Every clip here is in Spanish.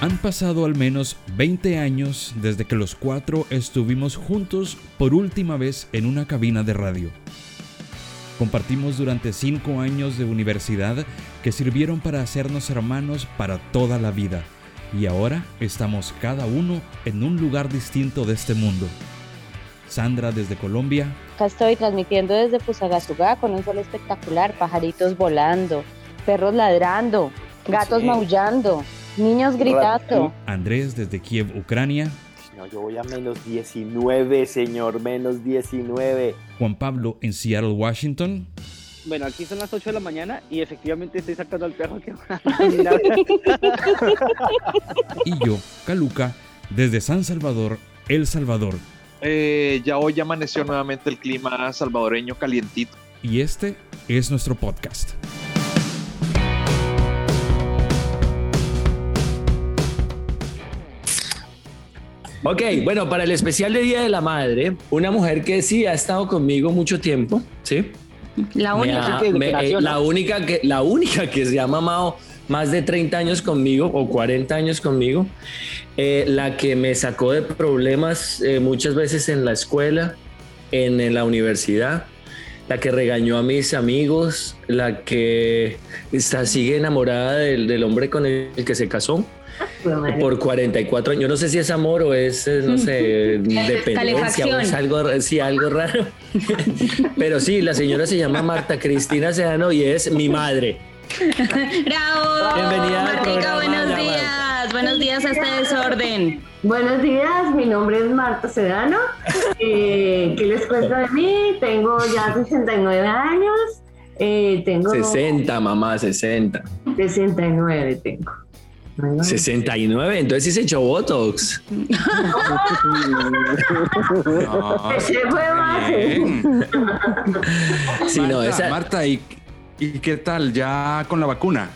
Han pasado al menos 20 años desde que los cuatro estuvimos juntos por última vez en una cabina de radio. Compartimos durante 5 años de universidad que sirvieron para hacernos hermanos para toda la vida y ahora estamos cada uno en un lugar distinto de este mundo. Sandra desde Colombia. Acá estoy transmitiendo desde Fusagasugá con un sol espectacular, pajaritos volando, perros ladrando, gatos sí. maullando, niños gritando. Andrés desde Kiev, Ucrania. No, yo voy a menos 19, señor, menos 19. Juan Pablo en Seattle, Washington. Bueno, aquí son las 8 de la mañana y efectivamente estoy sacando al perro que Y yo, Caluca, desde San Salvador, El Salvador. Eh, ya hoy amaneció nuevamente el clima salvadoreño calientito. Y este es nuestro podcast. Ok, bueno, para el especial de Día de la Madre, una mujer que sí ha estado conmigo mucho tiempo, ¿sí? La única, ha, que me, eh, la única que la única que se ha mamado más de 30 años conmigo o 40 años conmigo, eh, la que me sacó de problemas eh, muchas veces en la escuela, en, en, la universidad, la que regañó a mis amigos, la que está, sigue enamorada del, del hombre con el, el que se casó por 44 años. Yo no sé si es amor o es, eh, no sé, dependencia o es algo, sí, algo raro. Pero sí, la señora se llama Marta Cristina Sedano y es mi madre. ¡Bravo! Bienvenida Oh, Martica, programa, buenos días. Marta. Buenos días a este desorden. Buenos días, mi nombre es Marta Sedano. Eh, ¿Qué les cuento de mí? Tengo ya 69 años. Eh, tengo 60, mamá, 60. 69 tengo. 69, entonces sí se echó Botox. no, se fue Ah, base. Sí, Marta, no, esa... Marta ¿y, ¿y, qué tal ya con la vacuna?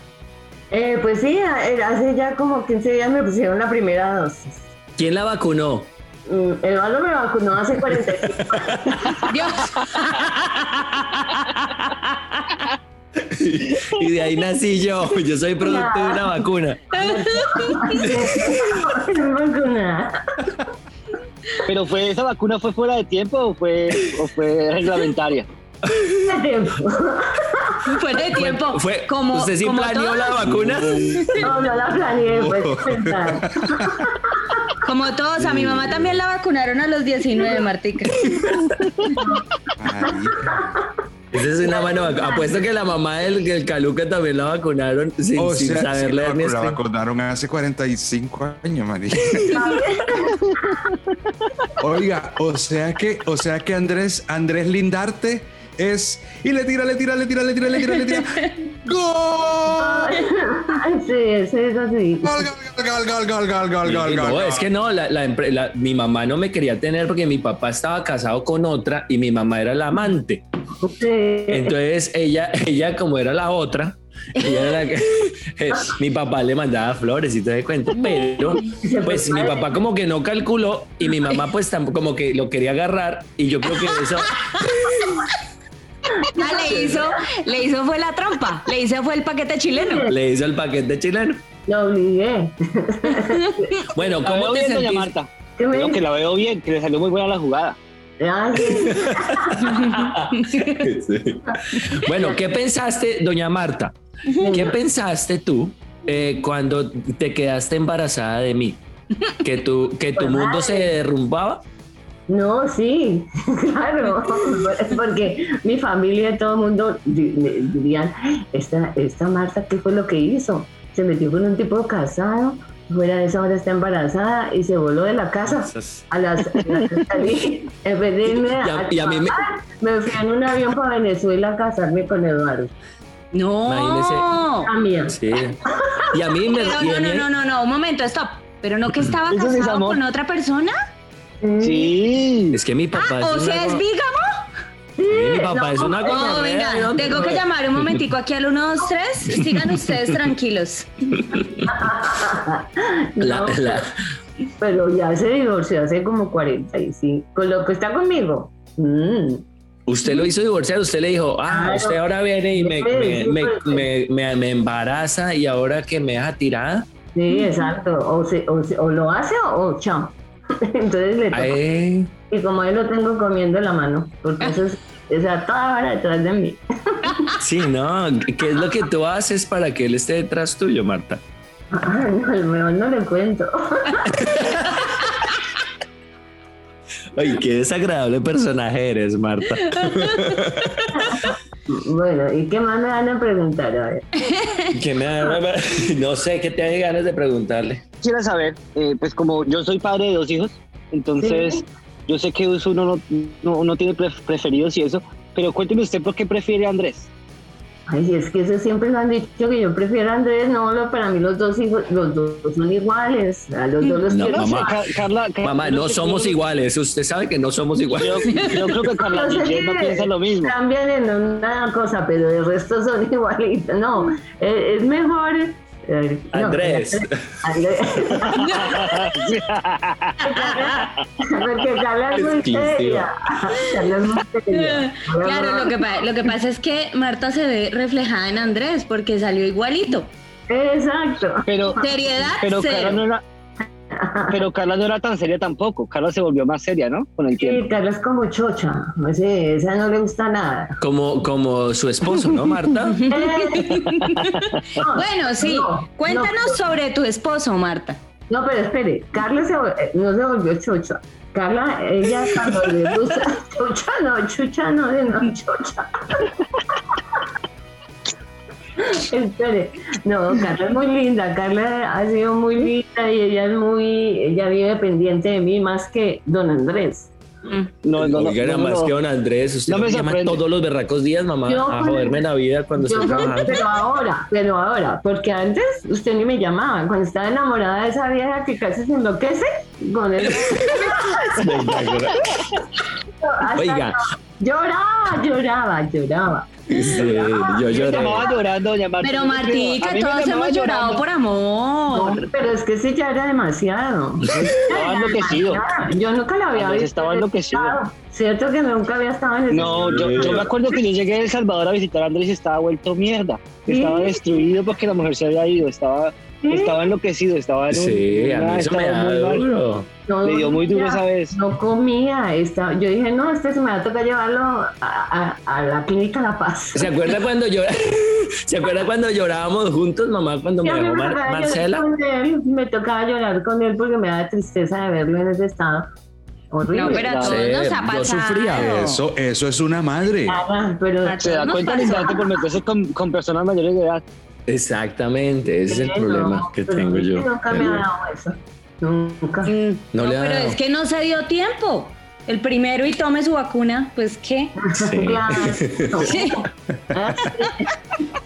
Eh, pues sí, hace ya como 15 días me pusieron la primera dosis. ¿Quién la vacunó? Eduardo me vacunó hace 45 Dios. y de ahí nací yo. Yo soy producto de una vacuna. Pero fue esa vacuna fue fuera de tiempo o fue, o fue reglamentaria? Fuera de tiempo. Fuera de tiempo. Fue, fue, como, ¿Usted sí como planeó todos? la vacuna? No, no la planeé, pues. Como todos, a mi mamá también la vacunaron a los 19, Martica. Ay. Esa es una mano Apuesto que la mamá del, del Caluca también la vacunaron sin, o sin sea, saber leer Oh, sí, La vacunaron hace 45 años, María. Oiga, o sea que, o sea que Andrés, Andrés Lindarte es y le tira, le tira, le tira, le tira, le tira, le tira. ¡Gol! Sí, eso es así. Gol, gol, gol, gol, gol, gol, gol, y, gol. No, es que no, la, la, la, mi mamá no me quería tener porque mi papá estaba casado con otra y mi mamá era la amante. eh, Entonces ella, ella como era la otra, ella era la que, eh, mi papá le mandaba flores y te das cuenta, pero pues mi papá como que no calculó y mi mamá pues tampoco como que lo quería agarrar y yo creo que eso... No, Ah, le hizo, le hizo fue la trampa, le hizo fue el paquete chileno. Le hizo el paquete chileno. Lo obligué. Bueno, ¿cómo te sentís? Marta? Creo que la veo bien, que le salió muy buena la jugada. sí. Bueno, ¿qué pensaste, doña Marta? ¿Qué pensaste tú eh, cuando te quedaste embarazada de mí? ¿Que tu, que Pues, tu mundo se derrumbaba? No, sí, claro, porque mi familia, todo el mundo dirían, esta, esta Marta, ¿qué fue lo que hizo? Se metió con un tipo casado, fuera de esa hora está embarazada y se voló de la casa a las, a las salí, en vez de irme a, y a, y a mí me... me... fui en un avión para Venezuela a casarme con Eduardo no Imagínese. a mí sí. y a mí me pero no, no, no no no un momento stop pero no que estaba casado con otra persona Mm. sí es que mi papá ah, o sea es bígamo Sí, mi papá no, es una cosa. No, venga, no, tengo que llamar un momentico aquí al 123. Sigan ustedes tranquilos. La, la. Pero ya se divorció hace como 45. Con lo que está conmigo. Mm. Usted lo hizo divorciar, usted le dijo, ah, claro. usted ahora viene y me me, me, me, me embaraza y ahora que me deja tirada. Sí, exacto. O, se- o se- o lo hace o, o chao. Entonces le toca. Ay, Y como yo lo tengo comiendo la mano, porque eso es, o sea, toda hora detrás de mí. sí, no. ¿Qué es lo que tú haces para que él esté detrás tuyo, Marta? Ah, no, el mejor no le cuento. Ay, qué desagradable personaje eres, Marta. Bueno, ¿y qué más me van a preguntar? A ver. Que me da- No sé qué te hay ganas de preguntarle. Quisiera saber, eh, pues como yo soy padre de dos hijos, entonces Sí. yo sé que uno no, no, no tiene pre- preferidos y eso, pero cuénteme usted por qué prefiere a Andrés. Ay, es que eso siempre lo han dicho que yo prefiero a Andrés, no, lo- para mí los dos hijos, los dos son iguales, a los dos los No, quiero. mamá. Ca- Carla, Ca- Mamá, no somos iguales. Usted sabe que no somos iguales. Yo, yo creo que Carla Yo sé Gillet no que piensa lo mismo. Cambian en una cosa, pero el resto son igualitos. No, es, es mejor. eh, no, Andrés. Andrés. Porque Carla es muy Exclusiva. seria. Carla es muy seria. Claro, lo que, pa- lo que pasa es que Marta se ve reflejada en Andrés porque salió igualito. Exacto. Pero, Seriedad pero, Carla no Ah, cero. era, pero Carla no era tan seria tampoco. Carla se volvió más seria, ¿no? Con el tiempo. Sí, Carla es como chocha. Ese- esa no le gusta nada. Eh, Como, como su esposo, ¿no, Marta? Bueno, sí. No, Cuéntanos no. sobre tu esposo, Marta. No, pero espere, Carla se vol- eh, no se volvió chucha. Carla, ella cuando le gusta. Chucha no, chucha no, de no, chucha. Espere, no, Carla es muy linda, Carla ha sido muy linda y ella es muy, ella vive pendiente de mí más que don Andrés. No, no, no, Oiga, nada no, no, más no. que don Andrés. Usted No me me llama sorprende. todos los berracos días, mamá, Yo a con- joderme la vida cuando Yo estoy con- trabajando. pero ahora, pero ahora, porque antes usted ni me llamaba, cuando estaba enamorada de esa vieja que casi se enloquece, con él hasta Oiga, lloraba, lloraba, lloraba. sí, yo Yo lloré. llamaba llorando, doña Marta. Pero Yo creo, a Martica, mí me todos llamaba hemos llorado llorando. por No, amor. pero es que ese ya era demasiado. Estaba enloquecido. Yo nunca la había Andrés visto. estaba enloquecido. Cierto que nunca había estado en ese No, yo, yo me acuerdo que yo llegué a El Salvador a visitar a Andrés y estaba vuelto mierda. Estaba ¿Mm? Sí. destruido porque la mujer se había ido. Estaba, Sí. estaba enloquecido. Estaba en un- Sí, a una- mí eso me estaba da muy mal. duro. No Le dio muy duro dormía, esa vez. No comía. Estaba, yo dije, no, este se me va a tocar llevarlo a, a- a la clínica La Paz. ¿Se acuerda cuando llora? ¿Se acuerda cuando llorábamos juntos, mamá, cuando me Y a mí dejó Mar- tocaba llorar Marcela? con él, me tocaba llorar con él porque me daba tristeza de verlo en ese estado. Horrible. No, pero a Sí, todos nos ha yo pasado. sufría Eso, eso es una madre. Ah, pero A Se da todos nos cuenta al pasó. instante por meterse con, con personas mayores de edad. Exactamente, ese es el No, problema que pero tengo es que yo. pues Nunca me ha dado eso. Nunca. Mm, No No, le ha pero dado. es que no se dio tiempo. El primero y tome su vacuna, pues qué. Sí. Claro.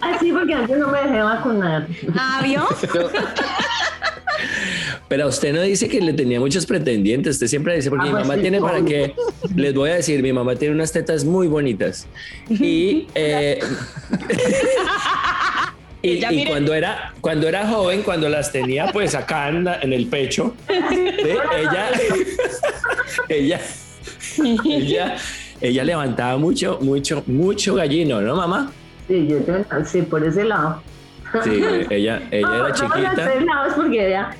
Así porque antes no me dejé vacunar. ¿Ah, vio? Pero usted no dice que le tenía muchos pretendientes. Usted siempre dice, porque Ah, mi pues mamá sí, tiene obvio. para qué. Les voy a decir, mi mamá tiene unas tetas muy bonitas. Y. eh, y- Ella, y mire. cuando, era, cuando era joven, cuando las tenía pues acá en, la- en el pecho, ¿sí? ella, ella, ella, ella levantaba mucho, mucho, mucho gallino, ¿no, mamá? Sí, yo tengo- sí, por ese lado. Sí, ella, ella Ah, No, era todos los chiquita. tres lados porque ya.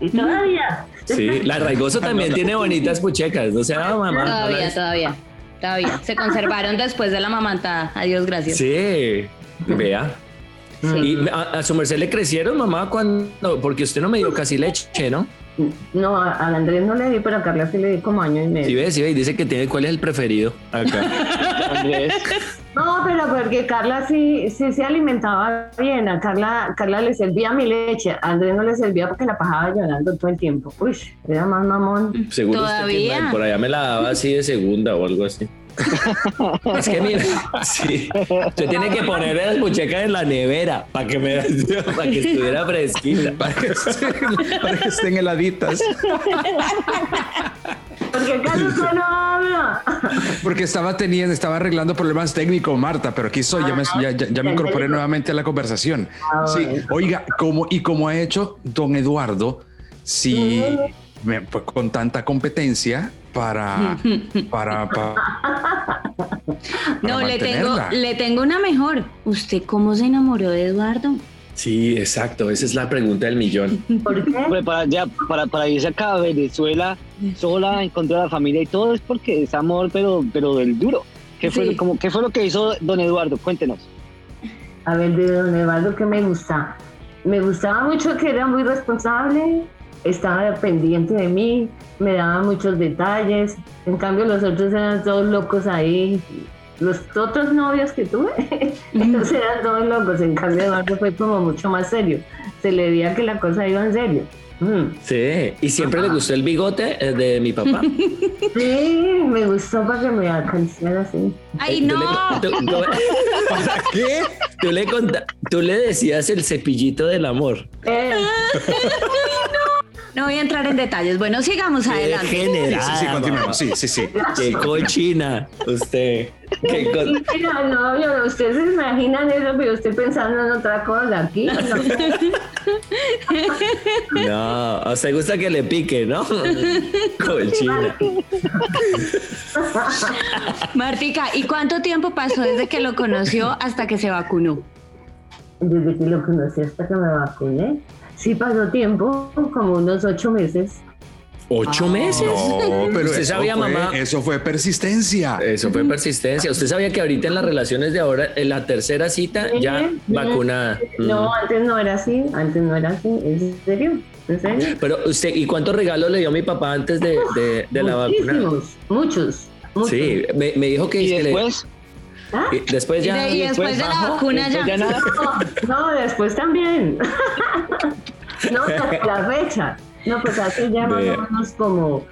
Y todavía. Sí, la Raigoso también tiene bonitas puchecas, no sea mamá. no la Todavía, todavía. Todavía. Se conservaron después de la mamantada. Adiós, gracias. Sí, vea. Y a, a su merced le crecieron, mamá, cuando, porque usted no me dio casi leche, ¿no? No, a, a Andrés no le di, pero a Carla sí le di como año y medio. Sí, ve, sí, ve, y dice que tiene, ¿cuál es el preferido acá? Andrés. No, pero porque Carla sí, sí se alimentaba bien. A Carla, Carla le servía mi leche. A Andrés no le servía porque la pasaba llorando todo el tiempo. Uy, era más mamón. Seguro usted que Todavía. me- por allá me la daba así de segunda o algo así. Es que mira, sí, usted tiene que poner las puchecas en la nevera para que, me, para que estuviera fresquita. Para que estén, para que estén heladitas. Porque Carla no habla. Porque estaba teniendo, estaba arreglando problemas técnicos, Marta, pero aquí soy, ya me, ya- ya- ya me incorporé nuevamente a la conversación. Sí, oiga, ¿cómo, ¿y cómo ha hecho don Eduardo si me- pues, con tanta competencia para... para, pa- para No, le tengo, mantenerla? le tengo una mejor. ¿Usted cómo se enamoró de Eduardo? Sí, exacto. Esa es la pregunta del millón. ¿Por qué? Pues para, ya, para, para irse acá a Venezuela sola, encontrar a la familia y todo es porque es amor, pero, pero del duro. ¿Qué fue, Sí. como, ¿Qué fue lo que hizo don Eduardo? Cuéntenos. A ver, de Don Eduardo, ¿qué me gusta? Me gustaba mucho que era muy responsable, estaba pendiente de mí, me daba muchos detalles. En cambio, los otros eran todos locos ahí. Los otros novios que tuve, ellos eran todos locos. En cambio, Eduardo fue como mucho más serio. Se le veía que la cosa iba en serio. Mm. Sí. Y siempre le gustó el bigote eh, de mi papá. Sí, me gustó para que me acariciara así. ¡Ay, Eh, tú no! le- tú- tú- ¿Para qué? tú le conta- tú le decías el cepillito del amor. Eh, No voy a entrar en detalles. Bueno, sigamos Qué adelante. Sí, general. sí, sí, continuemos. Sí, sí, sí. Qué cochina. Usted. Qué co- sí, pero no, yo- ustedes se imaginan eso, pero yo estoy pensando en otra cosa aquí. no. no, o sea, gusta que le pique, ¿no? Cochina. Martica, ¿y cuánto tiempo pasó desde que lo conoció hasta que se vacunó? Desde que lo conocí hasta que me vacuné. Sí pasó tiempo, como unos ocho meses. ¿Ocho meses? No, Oh, pero Usted eso sabía, fue- mamá. Eso fue persistencia. Eso fue persistencia. ¿Usted sabía que ahorita en las relaciones de ahora, en la tercera cita, ya Sí, sí. vacunada? No, Mm. antes no era así, antes no era así, en serio, en serio. Pero usted, ¿y cuántos regalos le dio mi papá antes de, de- de la vacuna? Muchísimos, muchos, muchos. Sí, me, me dijo que Y que le- después, ¿Ah? y después Y, ya. de- y después de la bajó, vacuna después Ah, ya. ya nada. No, después también. no, hasta la fecha. No, pues hace ya más Vea. o menos como.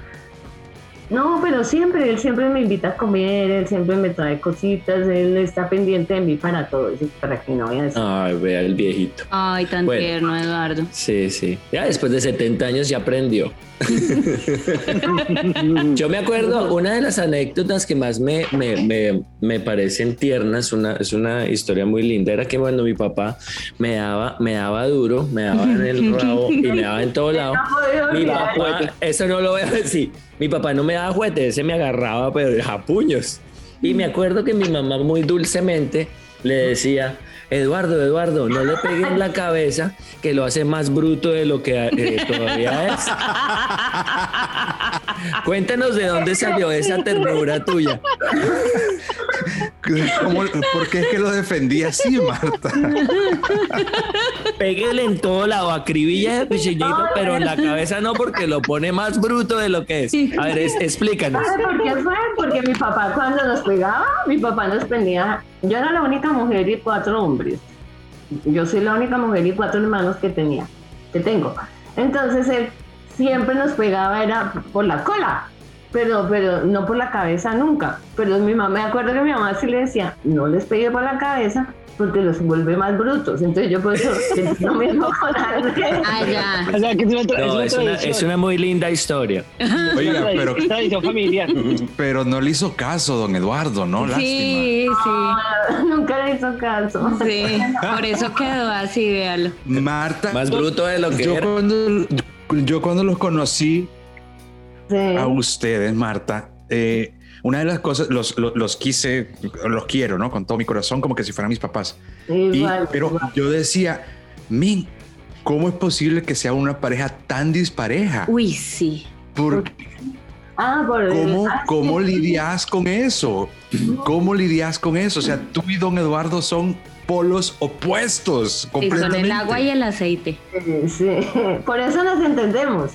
No, pero siempre, él siempre me invita a comer, él siempre me trae cositas, él está pendiente de mí para todo eso, para que no vaya a decir. Ay, vea, el viejito. Ay, tan Bueno. tierno, Eduardo. Sí, sí. Ya después de 70 años ya aprendió. Yo me acuerdo, una de las anécdotas que más me, me, me- me parecen tiernas, una, es una historia muy linda, era que cuando mi papá me daba, me daba duro, me daba en el rabo y me daba en todo lado. No he podido Mi olvidar. papá, eso no lo voy a decir. Mi papá no me daba juguete, ese me agarraba, pero a puños. Y me acuerdo que mi mamá muy dulcemente le decía, Eduardo, Eduardo, no le peguen la cabeza, que lo hace más bruto de lo que eh, todavía es. Cuéntanos de dónde salió esa ternura tuya. ¿Cómo- ¿Por qué es que lo defendía así, Marta? Pégale en todo lado, acribilla de pichillito, No, pero en la cabeza no, porque lo pone más bruto de lo que es. A ver, es- explícanos. ¿Sabe por qué fue? Ah, Porque mi papá cuando nos pegaba, mi papá nos prendía. Yo era la única mujer y cuatro hombres. Yo soy la única mujer y cuatro hermanos que tenía, que tengo. Entonces él siempre nos pegaba era por la cola, pero pero no por la cabeza nunca. Pero mi mamá, me acuerdo que mi mamá sí le decía, no les pegué por la cabeza porque los vuelve más brutos. Entonces yo por eso no me enojo con nadie. Ah, ya. o sea, que es una, tra- No, es una, es tradición. una muy linda historia. Oiga, tradición, pero, tradición familiar. pero no le hizo caso, don Eduardo, ¿no? Oh, Lástima. Sí, Nunca le hizo caso. sí. Sí. Ah. Por eso quedó así, véalo. Marta, Más bruto de lo que yo era. cuando, yo cuando los conocí, Sí. a ustedes, Marta. eh, una de las cosas, los, los, los quise, los quiero, ¿no? Con todo mi corazón, como que si fueran mis papás. Y- Igual, pero igual. yo decía, Min, ¿cómo es posible que sea una pareja tan dispareja? Uy, sí. ¿Por Ah, por el- ¿Cómo, ah, ¿Cómo sí. lidias con eso? ¿Cómo lidias con eso? O sea, tú y don Eduardo son polos opuestos Sí, Son completamente. el agua y el aceite. Sí, Eh, sí. Por eso nos entendemos.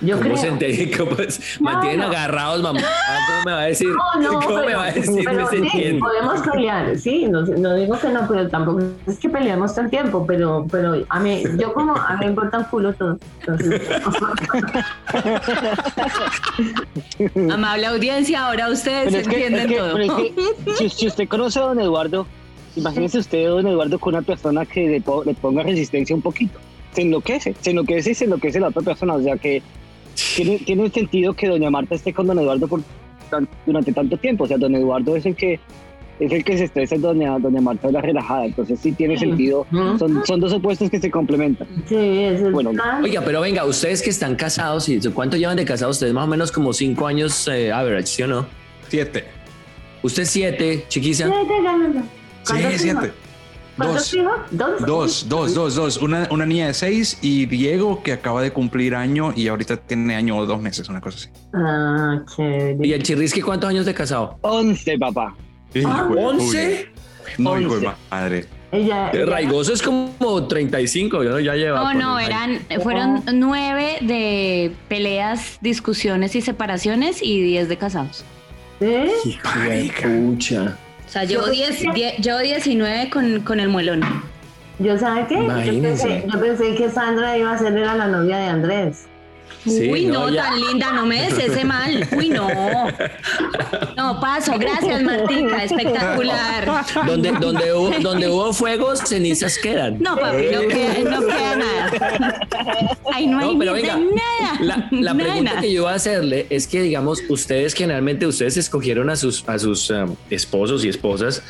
Yo ¿Cómo creo. se entiende? ¿Cómo es? Mantienen No, no. agarrados, mamá. Ah, ¿Cómo me va a decir? No, no, ¿Cómo pero, me va a decir? pero No se sí, entiende. podemos pelear, sí, no, no digo que no, pero tampoco es que peleamos todo el tiempo, pero, pero a mí, yo como, a mí me importa un culo todo. Entonces, Amable audiencia, ahora ustedes Mm. Pero es que, entienden es que- todo. pero es que si, si usted conoce a don Eduardo, imagínese usted a don Eduardo con una persona que le, po- le ponga resistencia un poquito. Se enloquece, se enloquece y se enloquece la otra persona. O sea que tiene, tiene sentido que doña Marta esté con don Eduardo por tan- durante tanto tiempo. O sea, don Eduardo es el que es el que se estresa, y doña, doña Marta es la relajada. Entonces sí tiene sentido. Ujú. Son, son dos opuestos que se complementan. sí, eso es Bueno, verdad. Oiga, pero venga, ustedes que están casados, ¿y ¿cuánto llevan de casados? Ustedes más o menos como cinco años eh, average, ¿sí o no? Siete. Usted siete, chiquisa. Siete, ya, ya, ya. Sí, ¿Cuántos siete. hijos? ¿Cuántos Dos. hijos? Dos. Dos, dos, dos, dos. Una, una niña de seis y Diego que acaba de cumplir año y ahorita tiene año o dos meses, una cosa así. Ah, ¿Y chévere. el Chirrisqui cuántos años de casado? 11, papá. Hijo de ¿11? puya. No, hijo de Once. madre. Ella, Eh, ella- Raigoso es como 35, yo ya lleva. No, Ah, por no, el- eran, fueron nueve de peleas, discusiones y separaciones y diez de casados. ¿Eh? Hijo de pucha. O sea, llevo, diez, die- llevo 19 con, con el muelón. ¿Yo sabe qué? Yo Imagínense. pensé, yo pensé que Sandra iba a ser era la novia de Andrés. Sí, Uy, no, ya- tan linda, no me des ese mal. Uy, no. No, paso, gracias Martica, espectacular. Donde, donde, hubo, donde hubo fuegos, cenizas quedan. No, papi, no queda, no queda nada. Ahí no hay Eh. No, pero ni- venga, nada. La, la nada. pregunta que yo iba a hacerle es que, digamos, ustedes generalmente, ustedes escogieron a sus, a sus um, esposos y esposas,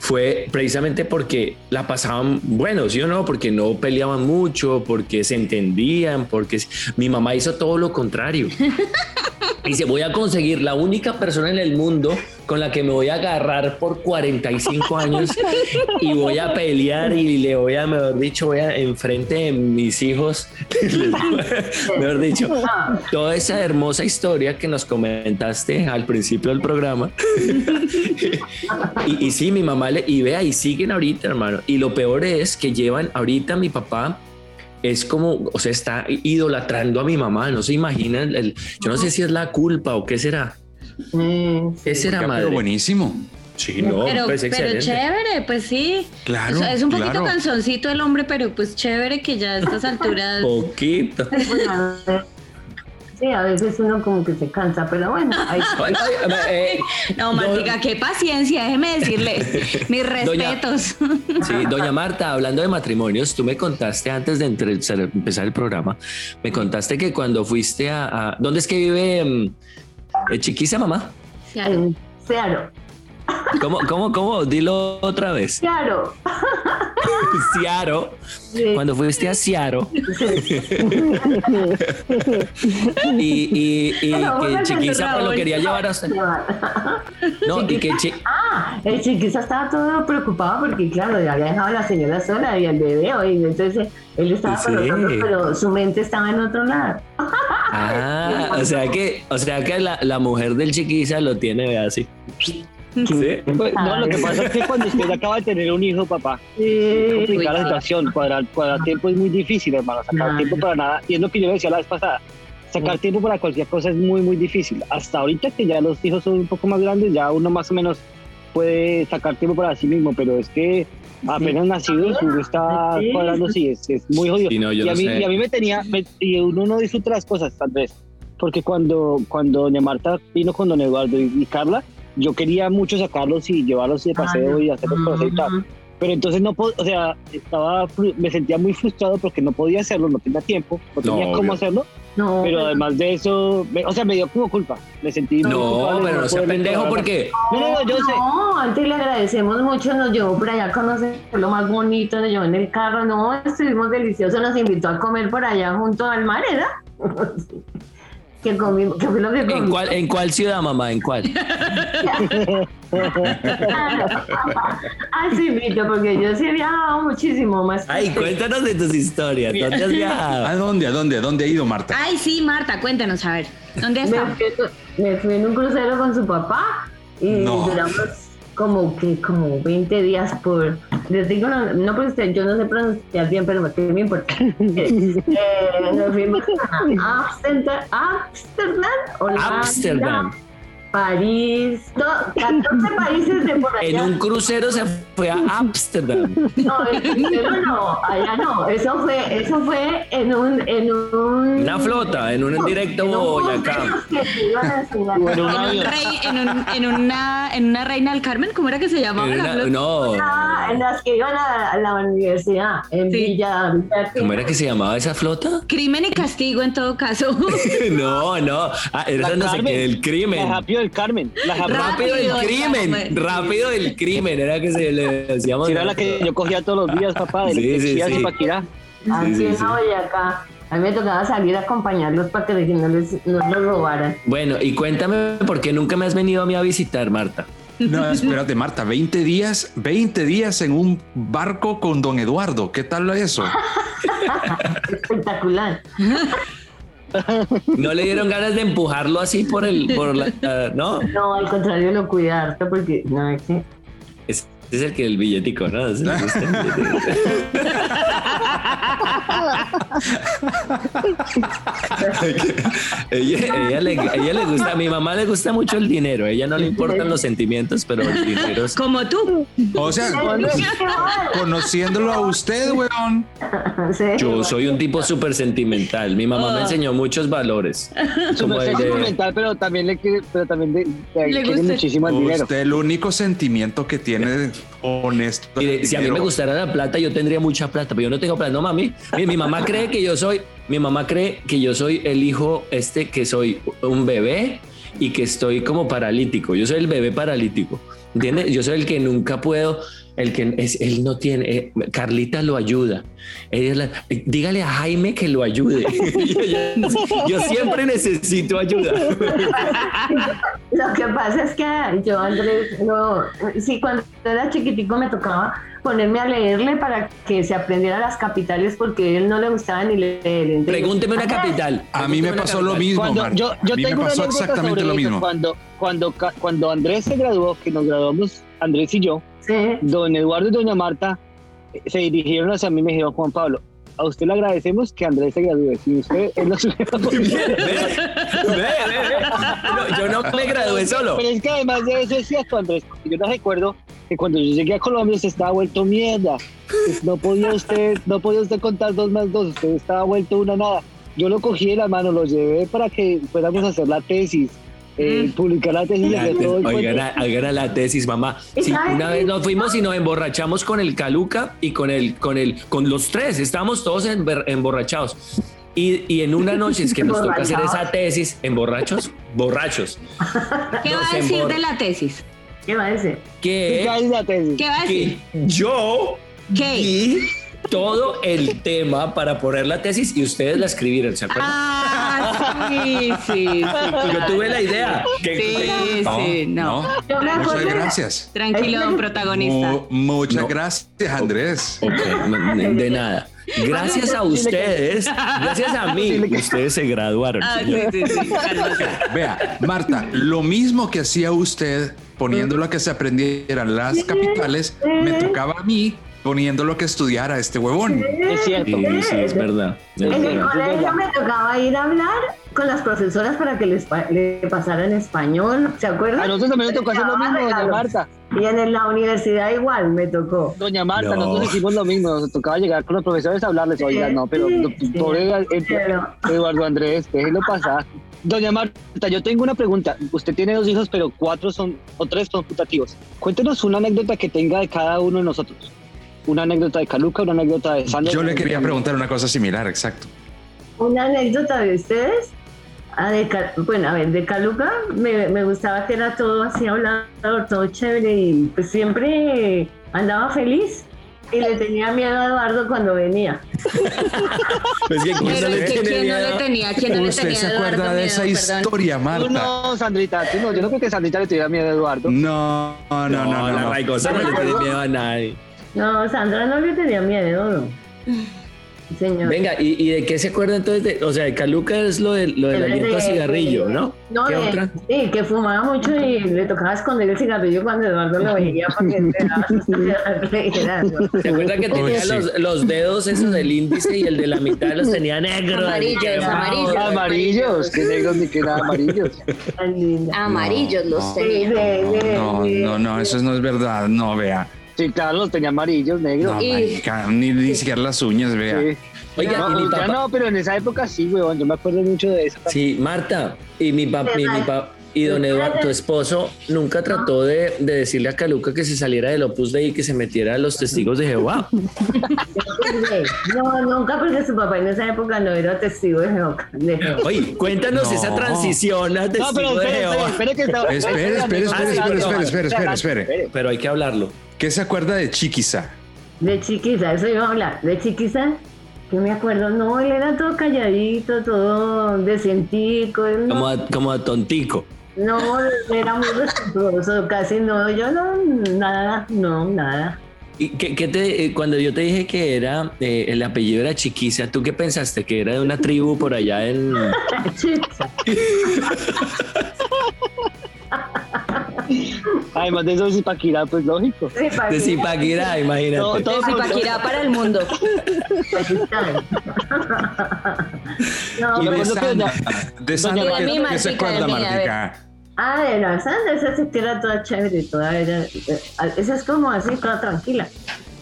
fue precisamente porque la pasaban bueno, ¿sí o no? Porque no peleaban mucho, porque se entendían, porque s- mi mamá hizo todo lo contrario. Dice, voy a conseguir la única persona en el mundo con la que me voy a agarrar por 45 años y voy a pelear y le voy a, mejor dicho, voy a enfrente de mis hijos, mejor dicho, toda esa hermosa historia que nos comentaste al principio del programa. y, y sí, mi mamá le, y vea, y siguen ahorita, hermano. Y lo peor es que llevan ahorita mi papá. Es como, o sea, está idolatrando a mi mamá, no se imagina, el- el- yo no sé si es la culpa o qué será. Mm, ¿Qué será, Oiga, pero madre? buenísimo. Sí, no, pero, pues pero excelente. chévere, pues sí. Claro. O sea, es un poquito claro. canzoncito el hombre, pero pues chévere que ya a estas alturas. Oh. Poquito. bueno, a ver. Sí, a veces uno como que se cansa, pero bueno. ahí- Ay, eh, No, Martica, qué paciencia, déjeme decirle. Mis Doña- respetos. sí, doña Marta, hablando de matrimonios, tú me contaste antes de entre- empezar el programa, me contaste que cuando fuiste a... a- ¿Dónde es que vive mm, eh, Chiquisa, mamá? ahí- Claro, ¿Cómo, cómo, cómo? Dilo otra vez. claro. Ciaro. Sí. Cuando fuiste a Ciaro. Y, y, y Bueno, que vuelve Chiquisa Raúl. pues, lo quería llevar a... No, y que... Chi- Ah, el chiquisa estaba todo preocupado porque, claro, le había dejado a la señora sola y al bebé, oye, entonces él estaba con Sí. nosotros, pero su mente estaba en otro lado. Ah, o sea que, o sea que la, la mujer del chiquisa lo tiene vea, así. ¿Sí? Pues, No, lo que pasa es que cuando usted acaba de tener un hijo, papá, es Sí. complicada la situación. Cuadrar, cuadrar tiempo es muy difícil, hermano. Sacar Claro. tiempo para nada. Y es lo que yo le decía la vez pasada. Sacar tiempo para cualquier cosa es muy, muy difícil. Hasta ahorita que ya los hijos son un poco más grandes, ya uno más o menos puede sacar tiempo para sí mismo. Pero es que apenas nacidos, uno está Sí. pues. cuadrando, sí, es, es muy jodido. Sí, no, yo y, no a mí, sé. y a mí me tenía, me- y uno no disfruta las cosas, tal vez. Porque cuando, cuando doña Marta vino con don Eduardo y, y Carla, yo quería mucho sacarlos y llevarlos Ah, de paseo y hacerlos cosas y tal pero entonces no po- o sea, estaba, fru- me sentía muy frustrado porque no podía hacerlo, no tenía tiempo, no tenía No, cómo obvio. hacerlo, No, pero además de eso, me- o sea, me dio como culpa, me sentí muy No, culpable de pero no sea poder pendejo colaborar. porque No, no, no, yo sé, No, antes le agradecemos mucho, nos llevó por allá a conocer lo más bonito, nos llevó en el carro, no, estuvimos deliciosos, nos invitó a comer por allá junto al mar, ¿verdad? Sí. que comimos, que fue lo que ¿en comimos. cuál, en cuál ciudad, mamá? ¿En cuál? Ah, sí, Vito, porque yo sí he viajado muchísimo más. que Ay, usted. cuéntanos de tus historias. ¿Dónde has viajado? ¿A Ah, dónde? ¿A dónde? ¿A dónde ha ido Marta? Ay, sí, Marta, cuéntanos, a ver. ¿Dónde me, está? fui, me fui en un crucero con su papá y No. duramos como que como 20 días por les digo no, no pues usted- yo no sé pronunciar bien pero qué me importa Eh, eh, nos fuimos a Amsterdam Amsterdam Holanda Ámsterdam. París no, 14 países de por allá En un crucero se fue a Ámsterdam. no, el crucero no allá no eso fue eso fue en un en un Una flota, en un directo en un Boyacá. crucero que se iban a Singapur. bueno, un En, un avión. rey- en, un- en una, en una reina del Carmen, ¿cómo era que se llamaba? En la una- flor? no. Ah, en las que iban a, a la universidad, en Sí. Villa, Villa ¿Cómo era que se llamaba esa flota? Crimen y castigo en todo caso. No, no. Ah, era La no sé Carmen. qué, el la crimen. Japio del Carmen, la Japio Rápido el Rápido, crimen. Carmen. Rápido el crimen. Era que se le decíamos. era la que yo cogía todos los días, papá, de Sí, sí, Chía sí. y Paquirá. aquí sí, en sí. Boyacá. A mí me tocaba salir a acompañarlos para que de que no les no los robaran. Bueno, y cuéntame por qué nunca me has venido a mí a visitar, Marta. No, espérate, Marta, 20 días, 20 días en un barco con don Eduardo. ¿Qué tal eso? Espectacular. ¿No le dieron ganas de empujarlo así por el... Por la, ah, no, No, al contrario, lo cuidarte porque, no, es que es, es el que el billetico, ¿no? Es el- es el billetico. ella, ella le, ella le gusta, a mi mamá le gusta mucho el dinero, a ella no le importan los sentimientos, pero el dinero es... Como tú. O sea, conociéndolo a usted, weón. Sí. Yo soy un tipo súper sentimental, mi mamá me Oh. enseñó muchos valores. Como el es de, sentimental, pero también le quiere, pero también le, le Le quiere gusta. muchísimo el dinero. Usted el único sentimiento que tiene honesto. Mire, es si a mí dinero. me gustara la plata, yo tendría mucha plata, pero yo no tengo plata. No, mami. Mire, mi mamá cree que yo soy, mi mamá cree que yo soy el hijo este, que soy un bebé y que estoy como paralítico. Yo soy el bebé paralítico. ¿Entiendes? Yo soy el que nunca puedo, el que es, él no tiene. eh, Carlita lo ayuda. Ella es la- eh, dígale a Jaime que lo ayude. yo, yo- yo siempre necesito ayuda. Lo que pasa es que ah, yo, Andrés, no, sí, cuando era chiquitico me tocaba ponerme a leerle para que se aprendiera las capitales porque él no le gustaba ni leer. entonces- Pregúnteme una Ajá. capital. A mí me Pregúnteme una pasó lo capital. mismo, Cuando, Marta. yo, yo a mí me tengo una pasó anécdota exactamente sobre lo eso. mismo. Cuando, cuando, ca- cuando Andrés se graduó, que nos graduamos Andrés y yo, Sí. don Eduardo y doña Marta eh, se dirigieron hacia mí y me dijeron, Juan Pablo, a usted le agradecemos que Andrés se gradúe. Si usted él no se hubiera podido". Ve, ve, ve, ve. No, yo no me gradué solo. Pero es que además de eso es cierto, Andrés. porque Yo no recuerdo que cuando yo llegué a Colombia usted estaba vuelto mierda. Pues No podía usted, no podía usted contar dos más dos. Usted estaba vuelto una nada. Yo lo cogí de la mano, lo llevé para que fuéramos a hacer la tesis, eh, publicar la tesis. La hacer te- todo el cuento. Oigan, ah, a- oigan a la tesis, mamá. Sí, Exacto. una vez nos fuimos y nos emborrachamos con el Caluca y con el, con el, con los tres. Estábamos todos ember- emborrachados. Y, y en una noche es que nos toca hacer esa tesis, emborrachos, borrachos, ¿Qué va Nos a decir embor- de la tesis? ¿Qué va a decir? que, Publicar la tesis. ¿Qué va a que decir? yo ¿Qué? y todo el tema para poner la tesis y ustedes la escribieron, ¿se acuerdan? Ah, sí, sí, sí. Yo tuve la idea. Que, Sí, No, sí, no. no. Yo me Muchas acordé- gracias. Tranquilo, don protagonista. Mu- muchas No. gracias, Andrés. Ok, no, de de nada. Gracias a ustedes, gracias a mí, ustedes se graduaron. Ah, sí, señor. sí, sí, Carlos. Vea, Marta, lo mismo que hacía usted poniéndolo a que se aprendieran las capitales, me tocaba a mí poniéndolo a que estudiara este huevón. Es cierto. Sí, sí, es verdad. es En el verdad. colegio me tocaba ir a hablar con las profesoras para que les pa- le pasaran español, ¿se A acuerdan? nosotros también nos tocó hacer lo mismo, doña Marta. Y en la universidad igual me tocó. Doña Marta, No. nosotros hicimos lo mismo. Nos tocaba llegar con los profesores a hablarles. Oiga, no, pero Sí, no, sí, pobre eh, pero- Eduardo Andrés, déjelo pasar. Doña Marta, yo tengo una pregunta. Usted tiene dos hijos, pero cuatro son, o tres son putativos. Cuéntenos una anécdota que tenga de cada uno de nosotros. Una anécdota de Caluca, una anécdota de Sandra. Yo le quería preguntar una cosa similar, exacto. Una anécdota de ustedes. Ah, de Cal- bueno, a ver, de Caluca me, me gustaba que era todo así hablador, todo chévere y pues siempre andaba feliz y le tenía miedo a Eduardo cuando venía. Es que ¿quién Pero no le es que tiene quién no le miedo? tenía, quién no le ¿Usted tenía. se Eduardo acuerda de miedo, esa perdón? historia, Tú Marta? no, Sandrita, tú no. Yo no creo que Sandrita le tuviera miedo a Eduardo. No, no, no, no. la no. raigosa no le tiene miedo a nadie. No, Sandra no le tenía miedo, no. Señor. Venga, ¿y, y de qué se acuerda entonces? de- o sea, de Caluca es lo, de, lo del Pero aliento a de- cigarrillo, ¿no? No, ¿Qué de- otra? sí, que fumaba mucho y le tocaba esconder el cigarrillo cuando Eduardo lo veía porque le daba susto que Eduardo le dijera algo. ¿Se acuerda que tenía sí. los, los dedos esos del índice y el de la mitad los tenía negros? Amarillos, Ah, Quemados. amarillos. Amarillos, que negros ni que nada amarillos. Tan linda. Ah, Amarillos los Sí, tenía. de- de- No, de- no, no, eso no es verdad. No, vea. Sí, claro, los tenía amarillos, negros. No, Y- marica, ni, ni siquiera las uñas, vea. Sí. Oiga, no, y mi ahorita papá, no, pero en esa época sí, weón. Yo me acuerdo mucho de eso. Sí, Marta, y mi papá, y, mi pa- y don Eduardo, tu esposo, nunca trató de, de decirle a Caluca que se saliera del Opus Dei y que se metiera a los testigos de Jehová. No, nunca, porque su papá en esa época no era testigo de Jehová. de Jehová. Oye, cuéntanos No. esa transición a testigo No, pero de espere, espere, Jehová. espere que está. Espere, espere, espere, espere, espere, espere, espere, espere. Pero hay que hablarlo. ¿Qué se acuerda de Chiquiza? De chiquita, eso iba a hablar. De chiquita, yo me acuerdo, no, él era todo calladito, todo decentico. él no- Como a, como a tontico. No, era muy respetuoso, casi no, yo no, nada, no, nada. ¿Y qué, qué te, eh, cuando yo te dije que era eh, el apellido era Chiquiza, ¿tú qué pensaste? ¿Que era de una tribu por allá en.? Además de eso, de Zipaquirá, pues lógico. Sí, para De que- Zipaquirá, imagínate. No, todo- De Zipaquirá para el mundo. No, Y de Yo recuerdo que Sandra, de Sandra, Doña que, Mima, que se chica, acuerda, Doña, a ver. Martica. Ah, de la Sandra, esa sí que era toda chévere, toda era, eh, esa es como así, toda tranquila.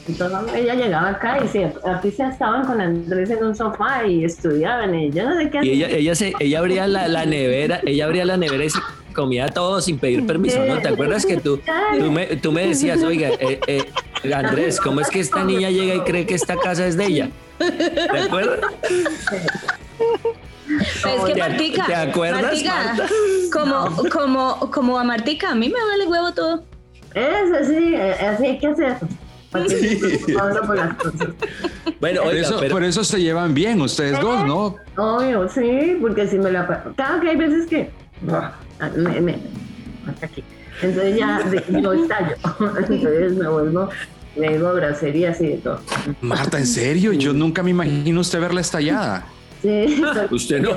Entonces ella llegaba acá y se, aquí se estaban con Andrés en un sofá y estudiaban y yo no sé qué Y ella, ella, se, ella abría la, la nevera, ella abría la nevera y se comía todo sin pedir permiso, ¿no? ¿Te acuerdas que tú, tú, me, tú me decías, oiga, eh, eh, Andrés, ¿cómo es que esta niña llega y cree que esta casa es de ella? ¿Te acuerdas? Pero es que ¿Te- Martica, te acuerdas, Martica, Marta? como, como, como a Martica, a mí me vale huevo todo. Es así, eh, así hay que hacer. Porque yo hablo por las cosas. Bueno, Por oiga, eso, pero- por eso se llevan bien ustedes dos, ¿no? Obvio, sí, porque si me la. pa- Claro que hay veces que. ah, Me, me- hasta aquí. Entonces ya de- yo estallo. Entonces me vuelvo, me digo bracerías y de todo. Marta, en serio, yo nunca me imagino usted verla estallada. Sí, Usted no.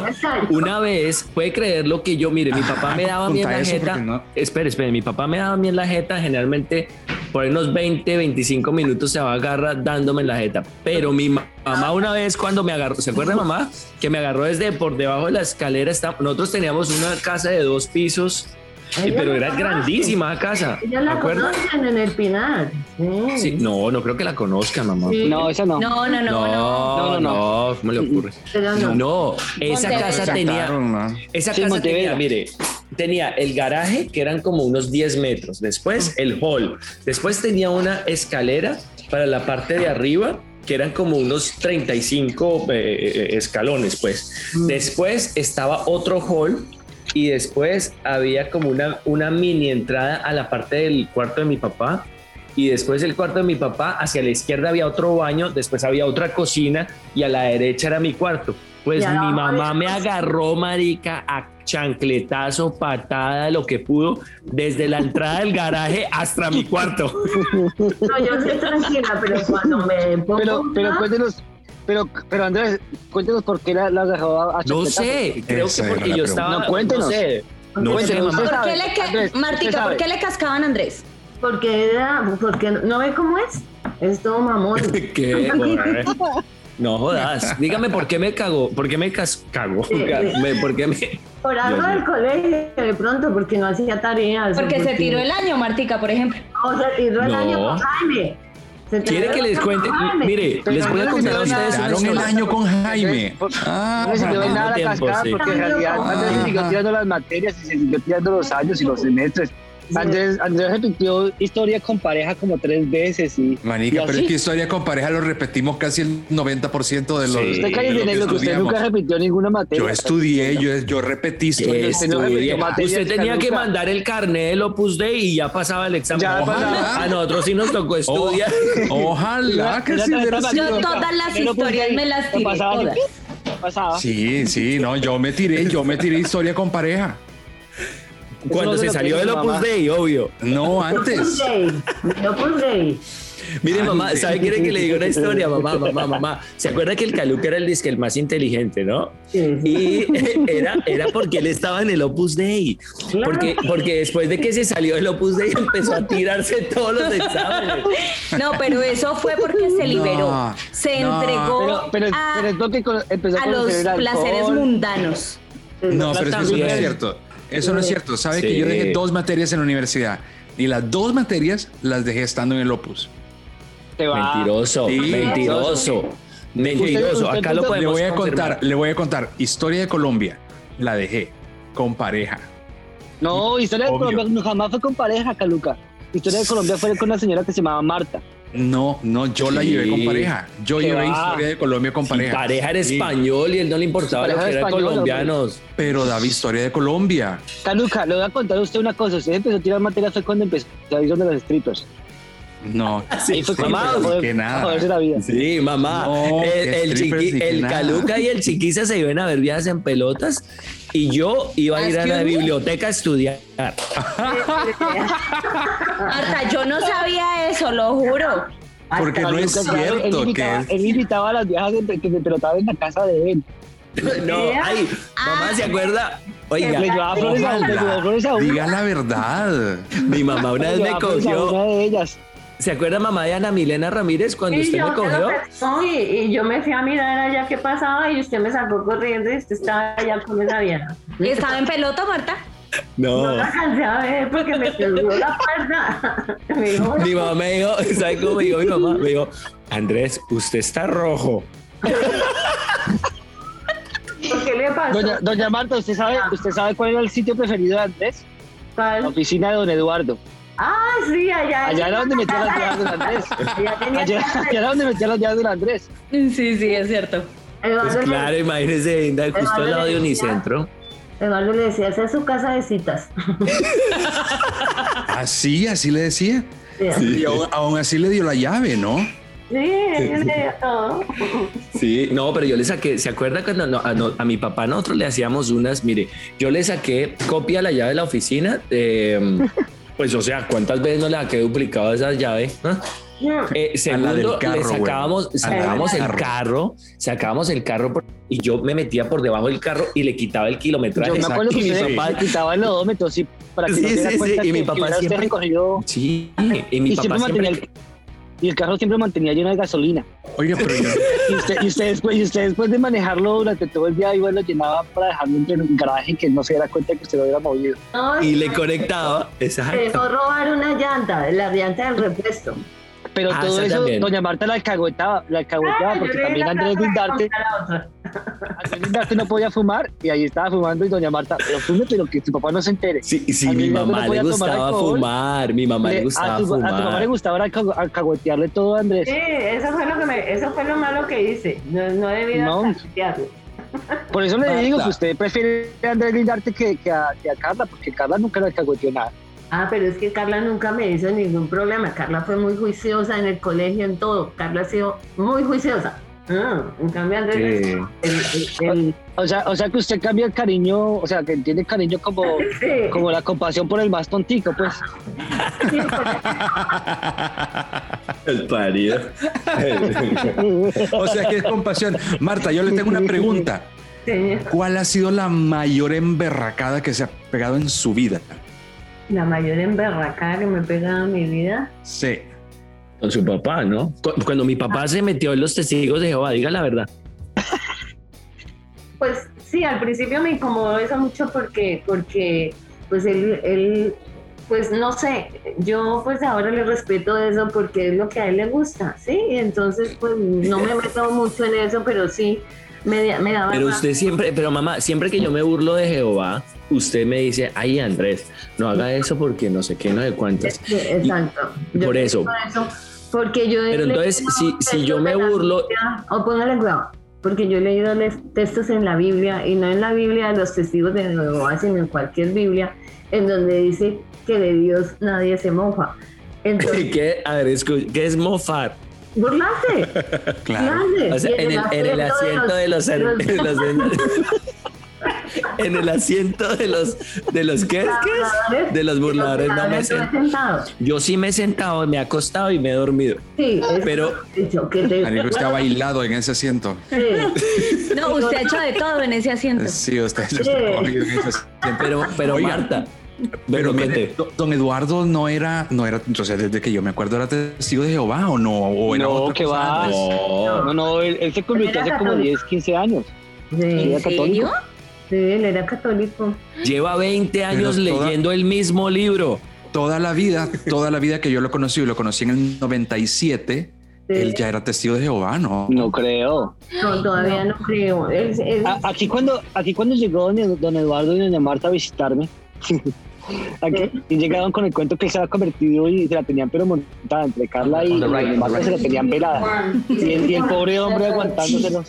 Una vez, puede creerlo que yo, mire, mi papá Ah, me daba a mí en conta la eso jeta. porque no- Espere, espere, mi papá me daba a mí en la jeta. Generalmente, por ahí unos 20, 25 minutos se va a agarrar dándome en la jeta. Pero mi ma- mamá, una vez cuando me agarró, ¿se acuerda, mamá? Que me agarró desde por debajo de la escalera. está- nosotros teníamos una casa de dos pisos, eh, pero era grandísima la casa. ¿Te Ya la acuerdas? conocen en el Pinar. Sí. Sí, no, no creo que la conozca, mamá. Sí, No, esa no. No, no, no, no. No, no, No, no, no. no, ¿cómo le ocurre? pero no. No, esa Montevideo. casa tenía, Saltaron, ¿no? Esa Sí, casa tenía, Montevideo. mire, tenía el garaje que eran como unos 10 metros, después el hall, después tenía una escalera para la parte de arriba que eran como unos 35 eh, escalones, pues. Después estaba otro hall y después había como una, una mini entrada a la parte del cuarto de mi papá y después el cuarto de mi papá, hacia la izquierda había otro baño, después había otra cocina y a la derecha era mi cuarto. Pues Ya, mi mamá ay. me agarró, marica, a chancletazo, patada, lo que pudo, desde la entrada del garaje hasta mi cuarto. No, yo estoy tranquila, pero cuando me pongo. Pero, pero mal, cuéntenos, pero, pero Andrés, cuéntenos por qué la, la agarró a, a No chaquetazo. sé, creo Esa que era porque la yo pregunta. estaba... No, cuéntenos. No sé, no sé, Cuéntenos, usted mamá. ¿Por sabe, qué le ca- Andrés, usted Martica, ¿por sabe. qué le cascaban a Andrés? Porque era. Porque no ve cómo es. Es todo mamón. ¿Qué? Joder. No jodas, dígame por qué me cagó, por qué me cas- cagó, Me- por qué me... Por algo Dios mío. del colegio, de pronto, porque no hacía tareas. o Porque se tiró el año. año, Martica, por ejemplo. O se tiró el No. año con Jaime. Se tiró ¿Quiere el que les año cuente? con Jaime. Mire, Pero les voy a no le contar a sirvió de nada. ustedes una Saltaron el historia. año con Jaime. Por- Ah, No le sirvió de Al nada mismo la tiempo, cascada sí. porque en realidad Andrés Ajá. siguió tirando las materias y se siguió tirando los años y los semestres. Andrés, Andrés repitió historia con pareja como tres veces y Manica, ¿Y pero así? es que historia con pareja lo repetimos casi el 90% de los. Sí. usted cae de lo de que negro que usted estudiamos. nunca repitió ninguna materia. Yo estudié, yo, yo repetí historia. Este, no, Estudié. no, no, Usted no, tenía no, que no. mandar el carnet del Opus Dei y ya pasaba el examen. Ya pasaba. a nosotros sí nos tocó estudiar. Ojalá que Era- sí era hubiera tan sido. Yo no, todas las no, no, historias me las no tiré, pasaba ni- todas. pasaba. Sí, sí, no, yo me tiré, yo me tiré historia con pareja. Cuando no se se lo salió cree del mi Opus mamá. Dei, obvio. No, Yo antes. puse, yo puse. Mire, Ah, mamá, sí. ¿sabe quiere que le diga una historia, mamá, mamá, mamá? ¿Se acuerda que el Caluca era el disque el más inteligente, no? Sí, sí. Y eh, era, era porque él estaba en el Opus Dei. Porque, porque después de que se salió del Opus Dei empezó a tirarse todos los exámenes. No, pero eso fue porque se liberó. No, se no. entregó Pero, pero, a, pero es porque con- empezó a a los conocer el alcohol. placeres mundanos. No, pero es que eso no es También. cierto. Eso no es cierto. Sabe que Sí. yo dejé dos materias en la universidad y las dos materias las dejé estando en el Opus. Te va. Mentiroso, Sí. mentiroso, mentiroso. Usted- usted Acá lo puso- Le podemos voy a confirmar. contar, le voy a contar historia de Colombia. La dejé con pareja. No, historia de Obvio. Colombia no, jamás fue con pareja, Caluca. Historia de Colombia fue con una señora que se llamaba Marta. No, no, yo la Sí. llevé con pareja. Yo Qué llevé va. historia de Colombia con pareja. pareja. pareja era Sí, español y él no le importaba Su lo pareja que era eran español, colombianos. Pero David, historia de Colombia. Caluca, le voy a contar a usted una cosa. Usted empezó a tirar materias fue cuando empezó a ir donde los strippers. No, Sí, fue sí, mamá, pero joder, que nada. joderse la vida. Sí, mamá. No, el que el strippers chiqui- ni que el nada. Caluca y el Chiquiza se iban a ver viajes en pelotas y yo iba Ah, a ir a la Excuse me. biblioteca a estudiar. Hasta yo no sabía eso, lo juro. Porque no es Lucas, claro, cierto él que invitaba, es- él invitaba a las viejas de- que se pelotaban en la casa de él. No, ay, mamá, Ah. ¿se acuerda? Le Oiga, llevaba flores a, le llevaba flores a Hola, una. diga la verdad. mi mamá una le vez me llevaba flores a cogió. una de ellas. ¿Se acuerda mamá de Ana Milena Ramírez cuando Y usted yo me me cogió? lo pesó y, y yo me fui a mirar allá qué pasaba y usted me sacó corriendo y usted estaba allá con esa vieja. ¿Estaba en pelota, Marta? Oh. No la alcancé a ver porque me cerró la puerta. Me dijo, Mi mamá me dijo, ¿sabes cómo me dijo mi mamá? Me dijo, Andrés, usted está rojo. ¿por qué le pasó? Doña, doña Marta, ¿usted sabe, ¿usted sabe cuál era el sitio preferido de Andrés? La ¿Cuál? oficina de don Eduardo. Ah, sí, allá. Allá era donde metía las llaves don Andrés. Allá tenía Allá, allá era donde metía las llaves don Andrés. Sí, sí, es cierto. Pues Eduardo, le- claro, imagínese, Inda, justo al lado de Unicentro. Eduardo le decía, esa es su casa de citas. Así, así le decía. Sí, Y aún, aún así le dio la llave, ¿no? sí, ella le dio todo. Sí, no, pero yo le saqué, ¿se acuerda cuando no, a, no- a mi papá nosotros le hacíamos unas, mire, yo le saqué copia a la llave de la oficina, eh, pues o sea, ¿cuántas veces no le saqué duplicado esa llave? ah? Eh, segundo, la del carro, le güey. sacábamos, A la del sacábamos el carro. carro, sacábamos el carro por- y yo me metía por debajo del carro y le quitaba el kilometraje. Yo me acuerdo que Y mi usted papá- le quitaba los odómetros sí, para que Sí, no se diera sí, sí, cuenta y que- mi que papá hubiera usted siempre- recogido. Sí, y mi Y papá siempre mantenía siempre... el, y el carro siempre mantenía lleno de gasolina. Oiga, pero yo, Y usted, y usted después, y usted después de manejarlo durante todo el día, igual lo llenaba para dejarlo en un garaje que no se diera cuenta que usted lo hubiera movido. No, Y le conectaba, me exacto. dejó robar una llanta, la llanta del repuesto. Pero Ah, todo esa eso, también. doña Marta la alcahueteaba, la alcahueteaba Ah, porque yo le di también la Andrés plata para Dindarte, comprar la otra. Andrés Dindarte no podía fumar y ahí estaba fumando y doña Marta, pero fume, pero que tu papá no se entere. Sí, sí, A mi mi mamá no mamá le podía tomar gustaba alcohol. fumar, mi mamá le Le- a, gustaba tu, a tu mamá le fumar. gustaba alca- alcahuetearle todo a Andrés. Sí, eso fue lo que me, eso fue lo malo que hice. No, no debía No. tantearlo. Por eso le Marta. digo que usted prefiere a Andrés Lindarte que, que a, que a Carla, porque Carla nunca le alcahueteó nada. Ah, pero es que Carla nunca me hizo ningún problema. Carla fue muy juiciosa en el colegio, en todo. Carla ha sido muy juiciosa. Ah, en cambio, Andrés, Sí. el- el- el- O sea, o sea que usted cambia el cariño, o sea que tiene cariño como, sí, como la compasión por el más tontico, pues. sí, porque- El parido. o sea que es compasión. Marta, yo le tengo una pregunta. señor, ¿Cuál ha sido la mayor emberracada que se ha pegado en su vida? la mayor emberracada que me he pegado en mi vida. Sí. Con su papá, ¿no? Cu- Cuando mi papá se metió en los testigos de Jehová, diga la verdad. Pues sí, al principio me incomodó eso mucho porque, porque pues él, él, pues no sé, yo pues ahora le respeto eso porque es lo que a él le gusta, ¿sí? Y entonces pues no me meto mucho en eso, pero sí me, me daba... Pero más- usted siempre, pero mamá, siempre que yo me burlo de Jehová, usted me dice, ay Andrés, no haga eso porque no sé qué, no sé cuántas. Sí, Exacto. Yo por eso. pienso eso, Porque yo he Pero entonces, leído si- si yo textos me de la burlo- Biblia, O póngale cuidado, porque yo he leído les- textos en la Biblia, y no en la Biblia de los testigos de Jehová, sino en cualquier Biblia, en donde dice que de Dios nadie se moja. Entonces, ¿Qué, a ver, escu- ¿qué es mofar? burlarse. Claro. burlarse. O sea, Y en el, en el asiento de los, en de los- los- en el asiento de los de los ¿qué es? ¿Qué es? De los burladores no me burladores sent- no sentado. Yo sí me he sentado, me he acostado y me he dormido. Sí, es- Pero dicho, que te- Marico, usted ha bailado en ese asiento. sí. No, usted ha hecho de todo en ese asiento. Sí, usted usted ha cogido en ese asiento. pero pero Oiga, Marta, Pero pero mire, do- don Eduardo no era, no era, entonces desde que yo me acuerdo era testigo de Jehová o no, o era No, otra que cosa va. antes. No, no, no, él, él se convirtió hace como 10, 15 años. Sí, ¿Era ¿En católico? serio? sí, él era católico. lleva 20 años Pero toda- leyendo el mismo libro. Toda la vida, toda la vida que yo lo conocí, y lo conocí en el 97, Sí. él ya era testigo de Jehová, ¿no? No creo. No, todavía no, creo. Él- él- Ah, A- aquí, cuando, aquí cuando llegó don, don Eduardo y doña Marta a visitarme, aquí, y llegaron con el cuento que él se había convertido y se la tenían pero montada entre Carla y On the right, doña on the Marta right. se la tenían velada. Y el, y el pobre hombre aguantándoselos.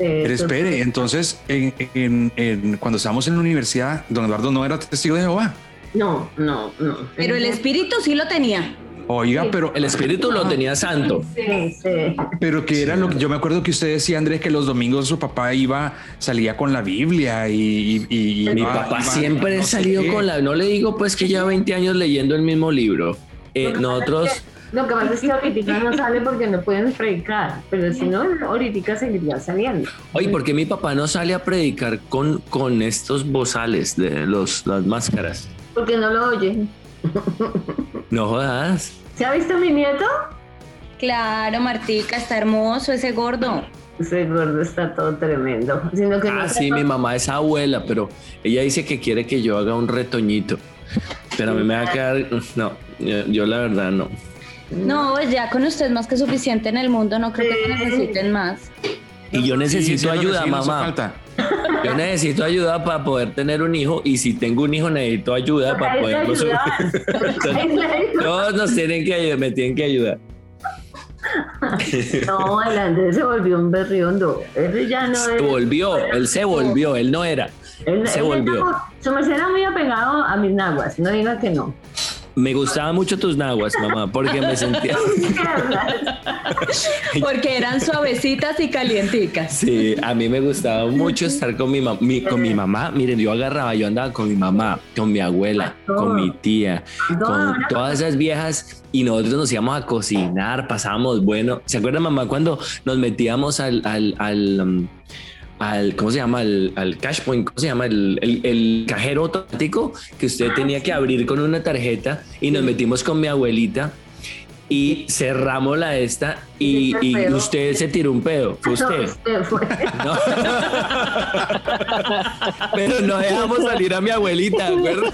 Eh, Pero espere, entonces en, en- en- cuando estábamos en la universidad, don Eduardo no era testigo de Jehová. No, no, no. Pero el espíritu sí lo tenía. Oiga, pero El espíritu Ah. lo tenía santo. Sí, sí. Pero que era lo que yo me acuerdo que usted decía, Andrés, que los domingos su papá iba, salía con la Biblia y. y- y- Mi iba- papá iba- siempre no ha sé salido qué. con la... No le digo pues que lleva 20 años leyendo el mismo libro. Eh, nosotros... Lo que pasa es que ahorita no sale porque no pueden predicar, pero si no, ahorita seguiría saliendo. Oye, ¿por qué mi papá no sale a predicar con, con estos bozales de los, las máscaras? Porque no lo oyen. No jodas. ¿Se ha visto mi nieto? Claro, Martica, está hermoso ese gordo. Ese gordo está todo tremendo. Sino que Ah, no- sí, mi mamá es abuela, pero ella dice que quiere que yo haga un retoñito. Pero a mí me va a quedar... No, yo, yo la verdad no. No, pues ya con usted es más que suficiente en el mundo, no creo que Sí. necesiten más. Y yo Sí, necesito sí, es lo que ayuda, sí nos hace mamá. falta. Yo necesito ayuda para poder tener un hijo y si tengo un hijo necesito ayuda para Toca poderlo es subir. ayudar. Toca es ayudar. Todos nos tienen que ayudar, me tienen que ayudar. No, el Andrés se volvió un berriondo. Él ya no Se es. volvió, él se volvió, él no era. él- se él era volvió. como- Su merced era muy apegado a mis naguas, no diga que no. Me gustaban mucho tus naguas, mamá, porque me sentía... Porque eran suavecitas y calienticas. Sí, a mí me gustaba mucho estar con mi, mam- mi- con mi mamá. Miren, yo agarraba, yo andaba con mi mamá, con mi abuela, con mi tía, con Dora. todas esas viejas y nosotros nos íbamos a cocinar, pasábamos bueno. ¿Se acuerdan, mamá, cuando nos metíamos al, al, al, um, al- ¿cómo se llama? Al, al cash point, ¿cómo se llama? El, el- el cajero automático que usted tenía que abrir con una tarjeta y nos metimos con mi abuelita. Y cerramos la esta y, Y y el pedo. usted se tiró un pedo. Fue usted. Usted fue. No. Pero no dejamos salir a mi abuelita, ¿de acuerdo?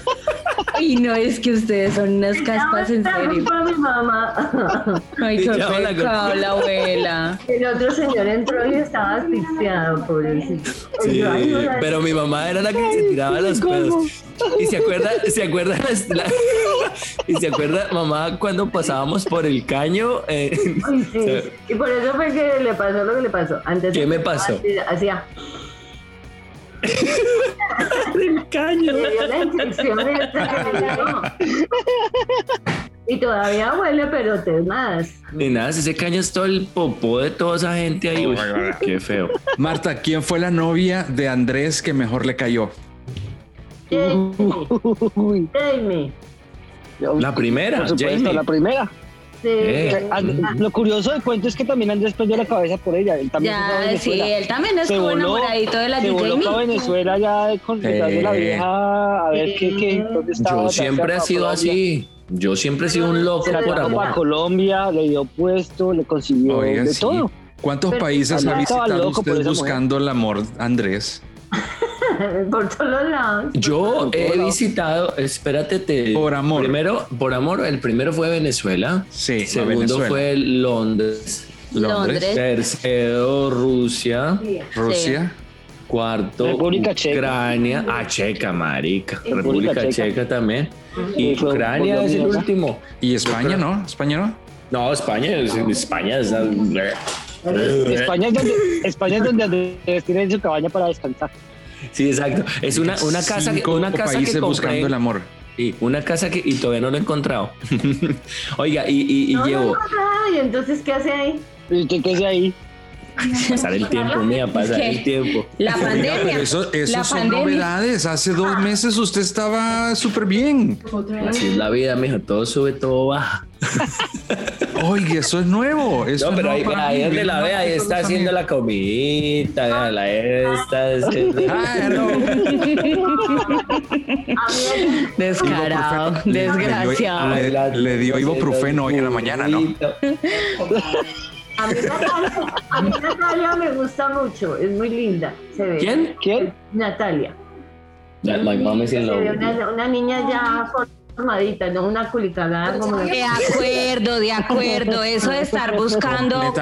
Y no es que ustedes son unas caspas en Ya me serio. está mi mamá. Ay, qué Ya me la pecado culpa. la abuela. El otro señor entró y estaba asfixiado, pobrecito. Sí, Yo, ay, hola. pero mi mamá era la que se tiraba los pedos. Y se acuerda, se acuerda, las- la- y se acuerda, mamá, cuando pasábamos por el caño, eh, Ay, sí. se- Y por eso fue que le pasó lo que le pasó. Antes ¿Qué me pasó? Hacía- Hacía. el caño. le dio la infección y hasta que le llegó. Y todavía huele, pero te más. Y nada, ese caño es todo el popó de toda esa gente ahí. Uy, qué feo. Marta, ¿quién fue la novia de Andrés que mejor le cayó? Jamie, Uy, Jamie. La primera, por supuesto, Jamie. la primera. Sí. Eh. And- lo curioso del cuento es que también Andrés perdió la cabeza por ella. Él también se fue a Ya, sí, Venezuela. él también Se estuvo voló, enamoradito de la se DJ voló para Miku. Venezuela ya con detrás de la Eh. vieja a ver qué, qué dónde estaba Yo otra vez siempre para he sido Colombia. así. Yo siempre he sido un loco Se la por trajo amor. para Colombia le dio puesto le consiguió Oigan, de sí. todo ¿Cuántos Pero países ha Andrés estaba visitado loco por usted esa mujer. buscando el amor, Andrés? Por todos lados. Yo Por he lado. visitado, espérate, te. Por amor. Primero, por amor, el primero fue Venezuela. Sí, El segundo Venezuela. fue Londres. Londres. Tercero, Rusia. Rusia. Cuarto, República Checa. Ucrania. Ah, Checa, marica. República Checa, Checa. también. Y Y fue Ucrania es el Colombia. último. Y España, ¿no? España, ¿no? No, España es. España es. Eh. España es donde España es donde Andrés tiene su cabaña para descansar Sí, exacto. Es una, una casa, que- Cinco una casa países que compré. buscando el amor. Sí, una casa que y todavía no lo he encontrado. Oiga, y, y- y No, llevo no pasa. Y entonces, ¿qué hace ahí? y que quede ahí pasar el tiempo, mira, pasar ¿Qué? el tiempo. La Oiga, pandemia. pero eso, eso la son pandemia. novedades. Hace dos meses usted estaba súper bien. Así es la vida, mijo, todo sube, todo baja. Oye, eso es nuevo. Eso No, es nuevo pero ahí, para ahí mí. donde la ve, ahí está haciendo la comidita, vea, la esta, esta. Ah, no. Descarado, desgraciado. Le- le dio ibuprofeno hoy en la mañana, ¿no? A mí, Natalia, a mí Natalia me gusta mucho. Es muy linda. Se ve. ¿Quién? ¿quién? Natalia. That my mom is in Se ve love. una, una niña ya formadita, no una culicagada como la De acuerdo, de acuerdo. Eso de estar buscando Completamente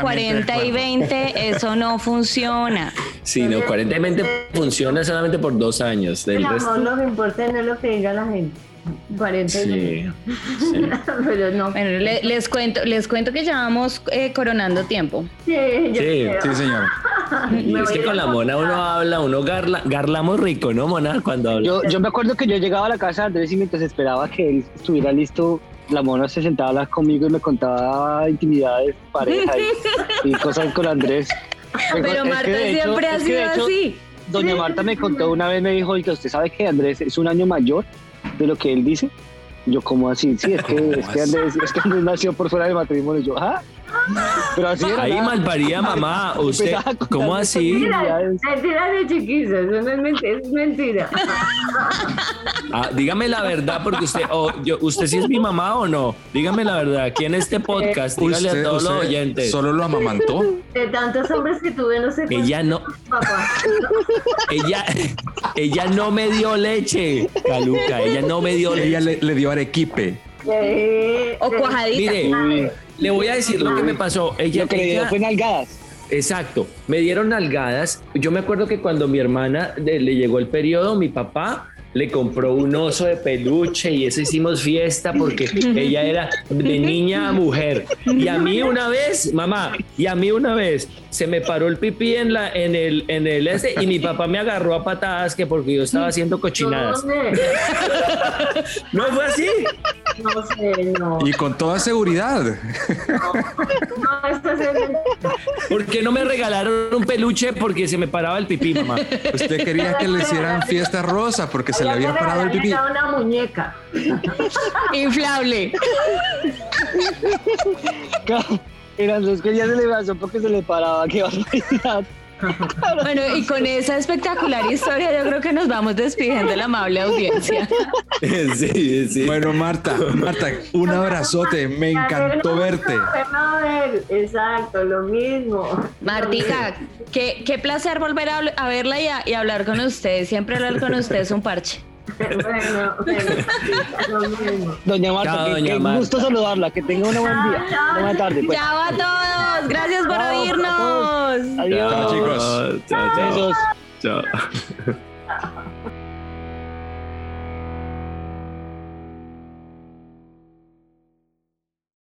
40 de y 20, eso no funciona. Sí, no, cuarentemente funciona solamente por dos años. El Del amor resto. lo que importa no es lo que diga la gente. 40 y- Sí, sí. pero no. Bueno, le- les cuento, les cuento que ya vamos eh, coronando tiempo. Sí, yo Sí, creo. Sí, señor. Y es que con la mona uno habla, uno garla, garlamos rico, ¿no, mona? Cuando habla. yo, yo me acuerdo que yo llegaba a la casa de Andrés y mientras esperaba que él estuviera listo la mona se sentaba a hablar conmigo y me contaba intimidades, pareja y, y cosas con Andrés. Pero Es que Marta de hecho- siempre ha es que de sido hecho, así. Doña Marta me contó una vez, me dijo, oiga, ¿usted sabe que Andrés es un año mayor de lo que él dice? Yo, como así? Sí, es que, ¿Cómo es que así? Andrés, es que Andrés nació por fuera del matrimonio. Yo, ¿ah? Pero así era. Ahí nada. malparía mamá, usted, Empezaba a contar ¿cómo de así? Mentiras, mentiras de chiquillos, eso no es mentira, es mentira. Ah, dígame la verdad, porque usted, o yo, usted sí es mi mamá o no. Dígame la verdad, aquí en este podcast, dígale a Eh, Usted- todos los usted oyentes. solo lo amamantó. De tantos hombres que tuve, no sé cuántos, Ella no, papá. ella, ella no me dio leche, Caluca, ella no me dio leche. Ella le, le dio arequipe. Eh, O de- cuajadita. Mire, le voy a decir lo que me pasó. Ella, Lo que le dio ella- fue nalgadas. Exacto, me dieron nalgadas. Yo me acuerdo que cuando mi hermana de- le llegó el periodo, mi papá le compró un oso de peluche y eso hicimos fiesta porque ella era de niña a mujer. Y a mí una vez, mamá, y a mí una vez se me paró el pipí en la en el en el este y mi papá me agarró a patadas que porque yo estaba haciendo No cochinadas. sé, No fue así. no sé, no. Y con toda seguridad. No, esto es mentira. ¿Por qué no me regalaron un peluche porque se me paraba el pipí, mamá? Usted quería que le hicieran fiesta rosa porque se le había parado el pipí. Era una muñeca. Inflable. Era Andrés que ya se le pasó porque se le paraba. ¡Qué barbaridad! Bueno, y con esa espectacular historia, yo creo que nos vamos despidiendo de la amable audiencia. Sí, sí. Bueno, Marta, Marta, un abrazote. Me encantó verte. Verlo a ver, Exacto, lo mismo. Martica, qué, qué placer volver a, habl- a verla y, a- y hablar con usted. Siempre hablar con usted es un parche. Bueno, bueno, lo mismo. Doña Marta, Chao, qué, doña qué Marta. gusto saludarla. Que tenga una buen día. Una buena tarde. pues. Ya va a todos. Gracias por Chao, a todos. oírnos. Adiós. Chao, chicos. Chao, chao. Besos. chao.